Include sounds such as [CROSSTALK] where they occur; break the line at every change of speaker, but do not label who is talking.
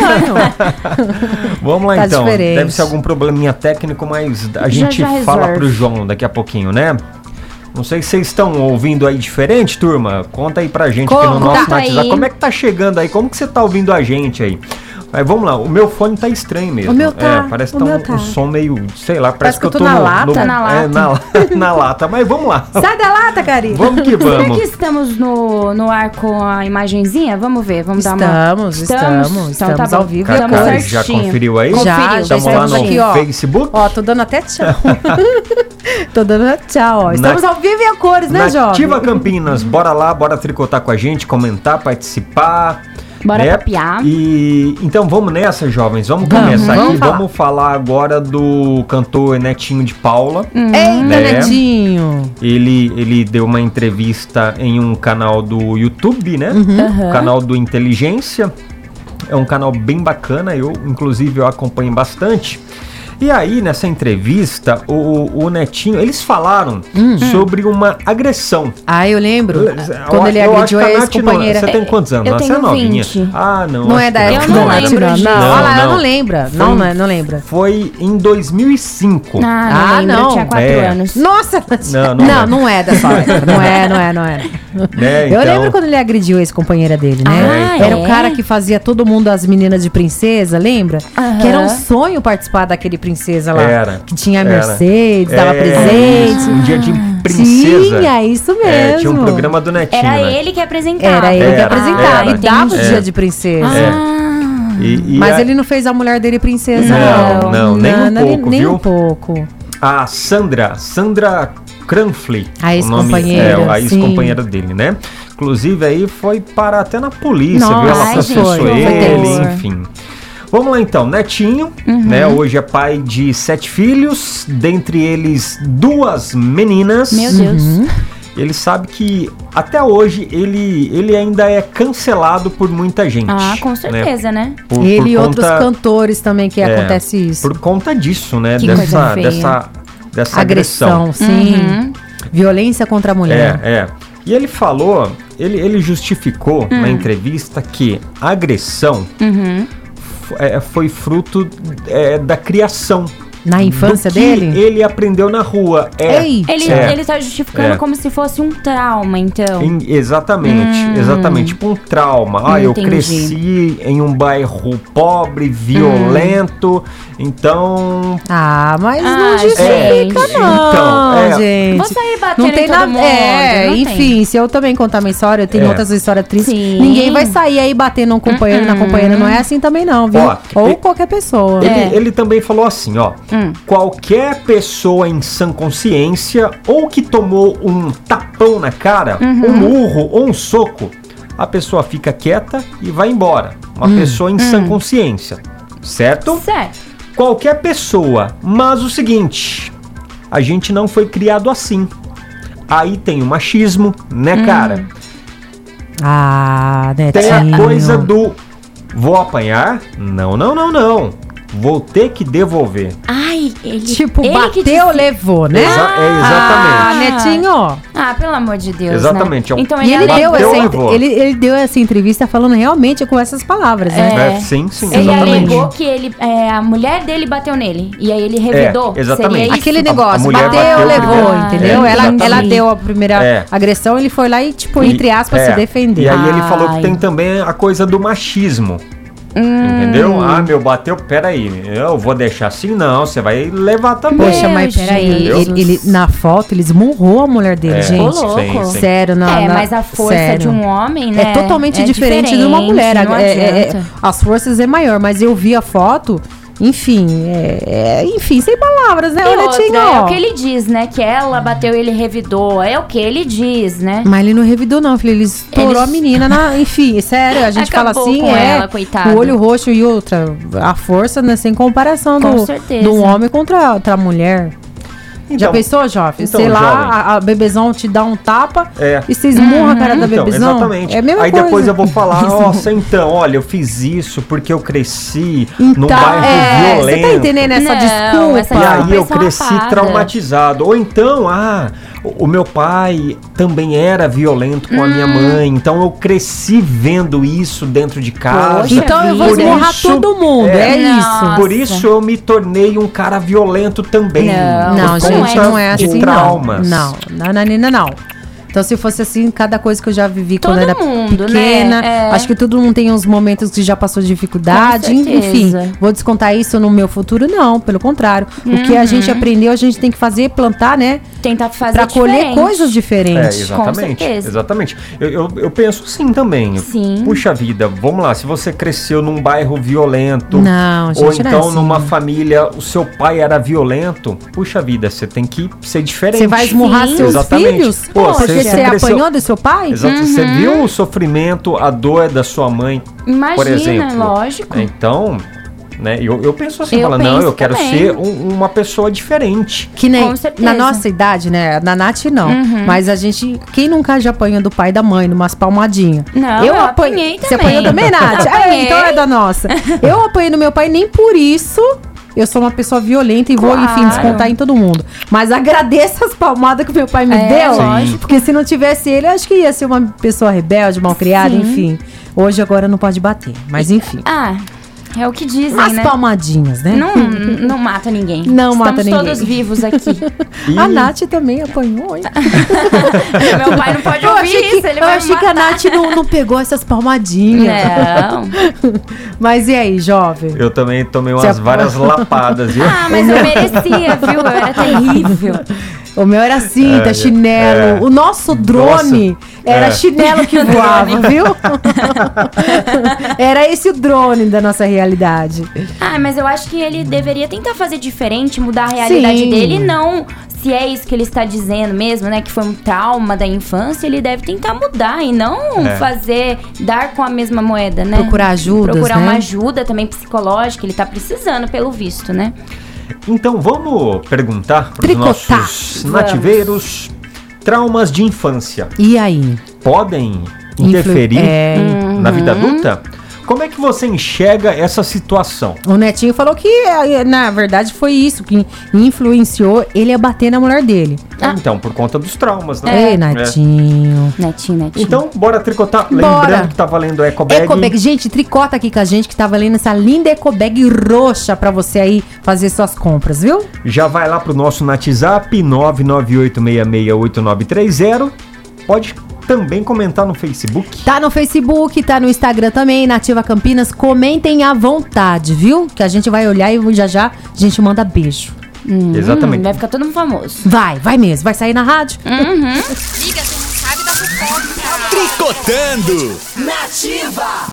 [LAUGHS]
Vamos lá
Tá
então.
diferente.
Deve ser algum probleminha técnico, mas a gente
já
fala
resolve.
pro João daqui a pouquinho, né? Não sei se vocês estão ouvindo aí diferente, turma. Conta aí pra gente aqui no
Conta
nosso
aí.
WhatsApp. Como é que tá chegando aí? Como que você tá ouvindo a gente aí? Mas vamos lá, o meu fone tá estranho mesmo.
O meu tá,
É, parece
o
que tá um,
meu
um
tá.
som meio, sei lá, parece,
Parece que eu tô
eu tô
na
no-
lata.
no-
Na
é, na, [LAUGHS] na lata, mas vamos lá.
Sai da lata, Karina.
Vamos que
Será
vamos.
que estamos no, no ar com a imagenzinha? Vamos ver, vamos dar uma...
Estamos, estamos,
Então tá
estamos
bom.
ao vivo.
Cacá,
Estamos
Cacá,
certinho.
já
certinho.
conferiu aí?
Já,
Conferiu,
já um
Estamos lá
estamos
no
aqui, ó.
Facebook.
Ó, tô dando até tchau. [LAUGHS] tô dando até tchau, ó. Estamos
Na-
ao vivo e a cores, né, Jovem?
Nativa Campinas, bora lá, bora tricotar com a gente, comentar, participar.
Bora
né?
papiar.
E então vamos nessa, jovens. Vamos
Vamos,
começar
vamos
aqui.
falar.
Vamos falar agora do cantor Netinho de Paula.
Eita,
Né?
Netinho.
Ele, ele deu uma entrevista em um canal do YouTube, né?
Uhum.
Aham.
O canal do Inteligência. É um canal bem bacana, eu inclusive eu acompanho bastante. E aí, nessa entrevista, o- o, o Netinho, eles falaram
Hum.
sobre uma agressão.
Ah, eu lembro.
é, Eu-
Quando ele
eu acho
agrediu
que
a
Nath não- é.
ex-companheira.
Você tem quantos anos?
Eu
Nath?
tenho
você é novinha.
20.
Ah, não.
Não
acho
é da
que
Eu
época
não
da Nath,
lembro
não.
disso.
Não, olha lá, ela
Não,
não
não.
lembra.
Foi- um
Não, é, não, não lembra.
Foi em 2005.
Ah, não
Ah,
lembro, eu
não.
tinha quatro
É.
anos.
Nossa!
Não,
Não,
não
não,
é.
é. dessa
[LAUGHS]
época. Não é, não é, não é.
Né,
Eu
então-
lembro quando ele agrediu a ex-companheira dele, né?
Ah,
Era
é?
o cara que fazia todo mundo as meninas de princesa, lembra?
Aham.
Que era um sonho participar daquele princesa lá.
Era.
Que tinha a
Era.
Mercedes, dava
É, isso,
presente.
Um dia de princesa.
Tinha, isso mesmo.
É, tinha um programa do Netinho.
Era
né?
ele que apresentava.
Era ele que
Era,
apresentava.
era.
e dava o
Entendi.
dia de princesa.
É.
Ah,
E- e
Mas
a,
ele não fez a mulher dele princesa,
Não,
não.
não, nem um
ele-
pouco,
nem
viu?
um pouco.
a Sandra, Sandra Cranfley.
A
o nome-
ex-companheira,
É, a
sim.
ex-companheira dele, né? Inclusive aí foi parar até na polícia,
Nossa,
viu? Ela
ai, gente,
processou
que
ele,
horror.
enfim. Vamos lá então, Netinho, né? Hoje é pai de sete filhos, dentre eles duas meninas.
meu Deus.
Uhum.
Ele sabe que até hoje ele, ele ainda é cancelado por muita gente.
Ah, com
né?
certeza, né?
Por-
ele
por
e outros
conta- É.
cantores também que acontece isso.
Por conta disso, né?
Que
dessa,
coisa feia.
dessa, dessa agressão.
Agressão, sim.
Uhum.
Violência contra a mulher.
É, é. E ele falou, ele, ele justificou na entrevista que a agressão
Uhum.
f- é, foi fruto é, da criação.
Na infância
É. do que
dele?
Ele aprendeu na rua. É.
Ei!
Ele,
É.
ele tá justificando
É.
como se fosse um trauma, então.
Em- exatamente, exatamente. Tipo um trauma. Ah, eu
Entendi.
cresci em um bairro pobre, violento, então.
Ah, mas não
Ah,
justifica,
gente.
não,
Então, é.
gente.
Você aí batendo
Não tem
em todo
nada.
mundo.
É,
não tem.
enfim, se eu também contar minha história, eu tenho
É.
outras histórias tristes.
Sim. Uhum.
Ninguém vai sair aí batendo um companheiro na companheira. Não é assim também, não, viu?
Ó,
Ou
e-
qualquer pessoa.
Ele,
É.
ele também falou assim, ó.
Hum.
Qualquer pessoa em sã consciência ou que tomou um tapão na cara, um
Uhum.
murro ou um soco, a pessoa fica quieta e vai embora. Uma
Hum.
pessoa em sã consciência, certo?
Certo.
Qualquer pessoa. Mas o seguinte, a gente não foi criado assim. Aí tem o machismo,
Hum.
né, cara?
Ah, Netinho.
Tem a coisa do vou apanhar? Não, não, não, não. Vou ter que devolver.
Ai, ele.
Tipo,
ele
bateu,
que disse-
levou, né?
Exa- é, exatamente.
Ah, Netinho.
Ah, pelo amor de Deus.
Exatamente, é um-
Né? Então
E ele deu,
Bateu ou
essa,
levou?
entre- ele, ele deu essa entrevista falando realmente com essas palavras, né?
É.
É, sim, sim,
Ele
Exatamente.
alegou que ele, é, a mulher dele bateu nele. E aí ele revidou.
É, exatamente.
Seria isso?
Aquele
A- a
negócio,
mulher
bateu,
bateu
levou,
primeiro.
entendeu?
É,
ela, ela
exatamente.
deu a primeira
É.
agressão, ele foi lá e, tipo,
E-
entre aspas,
é,
se defendeu. Ah,
E aí ele
Ai.
falou que tem também a coisa do machismo.
Hum.
Entendeu? Ah, meu, bateu, peraí. Eu vou deixar assim, não. Você vai levar também.
Poxa,
Meu
mas peraí,
Jesus.
ele, ele- na foto, ele esmurrou a mulher dele,
É,
gente.
Ô, louco.
sim, sim.
Sério, não.
é,
não,
mas a força
sério.
de um homem, né?
É totalmente diferente, de uma mulher.
Não
É- é- é-
adianta.
as forças é maior, mas eu vi a foto, enfim, é, é- enfim, sem palavras, né,
E
Olha,
outra,
Tinho?
é o que ele diz, né? Que ela bateu e ele revidou. É o que ele diz, né?
Mas ele não revidou, não, filho. Ele estourou
Ele-
a menina
[LAUGHS]
na. Enfim, é sério, a gente
Acabou
fala assim,
com
é.
ela, coitado.
O olho roxo e outra. A força, né? Sem comparação
Com
do,
certeza.
do homem contra a outra mulher. Já
Então,
pensou, jovem?
então,
Sei lá,
jovem.
a, a bebezão te dá um tapa
É.
e você esmurra a
Uhum.
cara da
Então,
bebezão.
exatamente.
É a mesma
Aí
coisa.
depois eu vou
[LAUGHS]
falar, nossa, então, olha, eu fiz isso porque eu cresci num bairro
é,
violento.
Você tá entendendo essa
Não,
desculpa?
essa
E aí
Foi
eu cresci
safada.
traumatizado. Ou então, ah, O o meu pai também era violento com a minha
Hum.
mãe, então eu cresci vendo isso dentro de casa.
Poxa
Então eu vou
Por
esmurrar
isso-
todo mundo. É,
É.
isso.
Não.
Por
Nossa.
isso eu me tornei um cara violento também.
Não,
por
Não,
Por
gente,
conta
não é
de
assim, não.
traumas.
Não, nananina, não. Então, se fosse assim, cada coisa que eu já vivi quando
Todo
era
mundo, né?
pequena.
É.
Acho que todo mundo tem uns momentos que já passou de dificuldade.
Com certeza.
Enfim, vou descontar isso no meu futuro? Não, pelo contrário. O que a gente aprendeu, a gente tem que fazer, plantar, né?
Tentar Uhum. fazer
Pra colher
diferente.
coisas
É,
diferentes.
exatamente.
certeza.
Exatamente. Eu, eu, eu penso sim também.
Sim.
Puxa vida, vamos lá. Se você cresceu num bairro violento,
Não, gente,
ou
não é
então
assim.
numa família, o seu pai era violento, puxa vida, você tem que ser diferente.
Você vai esmurrar
Sim.
seus
Exatamente.
filhos?
Pô,
Pô,
você-
porque
você
você
cresceu-
apanhou Uhum. do seu pai?
Exato. Você viu o sofrimento, a dor da sua mãe,
Imagina,
por exemplo.
lógico.
né? Então, né, eu, eu penso assim,
Eu
fala, não,
penso
eu quero
também.
ser um- uma pessoa diferente.
Que nem
Com certeza. Uhum.
na nossa idade, né? Na Nath não. Mas a gente. Quem nunca já apanha do pai e da mãe, numas palmadinhas?
Não, eu apanhei
Você
também.
apanhou também,
[LAUGHS]
Nath? Ah,
Apanhei.
então é da
[LAUGHS]
nossa. Eu apanhei do meu pai, nem por isso. Eu sou uma pessoa violenta e vou,
Claro.
enfim, descontar em todo mundo. Mas agradeço as palmadas que meu pai me
É,
deu.
lógico.
Porque se não tivesse ele, eu acho que ia ser uma pessoa rebelde, mal criada,
Sim.
enfim. Hoje agora não pode bater. Mas enfim.
Ah, é o que dizem,
Umas
né?
palmadinhas, né?
Não, não mata ninguém.
Não
Estamos
mata ninguém.
todos
[LAUGHS]
vivos aqui.
E-
A Nath também apanhou, hein?
Meu pai não pode
Eu
ouvir
achei que,
isso, ele
eu
vai
achei que a
matar. É.
Nath não, não pegou essas palmadinhas.
Não.
[LAUGHS] Mas e aí, jovem?
Eu também tomei umas
Você-
várias
[LAUGHS]
lapadas, viu?
Ah, mas eu merecia, viu? Eu era terrível.
O meu era cinta,
É,
chinelo.
é.
O nosso drone era
é.
chinelo
[LAUGHS]
que voava, viu? [LAUGHS] era esse o drone da nossa realidade.
Ah, mas eu acho que ele deveria tentar fazer diferente, mudar a realidade
Sim.
dele e não. Se é isso que ele está dizendo mesmo, né? Que foi um trauma da infância, ele deve tentar mudar e não
É.
fazer, dar com a mesma moeda, né?
Procurar ajudas,
Procurar
né?
uma ajuda também psicológica, ele tá precisando, pelo visto, né?
Então vamos perguntar para os
Tricotar.
nossos nativeiros traumas de infância
E aí?
podem
Influ-
interferir
é.
na vida adulta? Como é que você enxerga essa situação?
O Netinho falou que, eh, na verdade, foi isso que influenciou ele a bater na mulher dele.
Ah.
Então, por conta dos traumas, né?
É.
Ei, Netinho.
Netinho, netinho.
Então, bora tricotar.
Bora.
Lembrando que tá valendo Eco Bag.
Ecobag, gente, tricota aqui com a gente que tá valendo essa linda Ecobag roxa pra você aí fazer suas compras, viu?
Já vai lá pro nosso WhatsApp 998668930. Pode também comentar no Facebook.
Tá no Facebook, tá no Instagram também, Nativa Campinas. Comentem à vontade, viu? Que a gente vai olhar e já já a gente manda beijo. Hum,
Exatamente.
Hum, vai ficar todo mundo famoso.
Vai, vai mesmo. Vai sair na rádio?
Tricotando.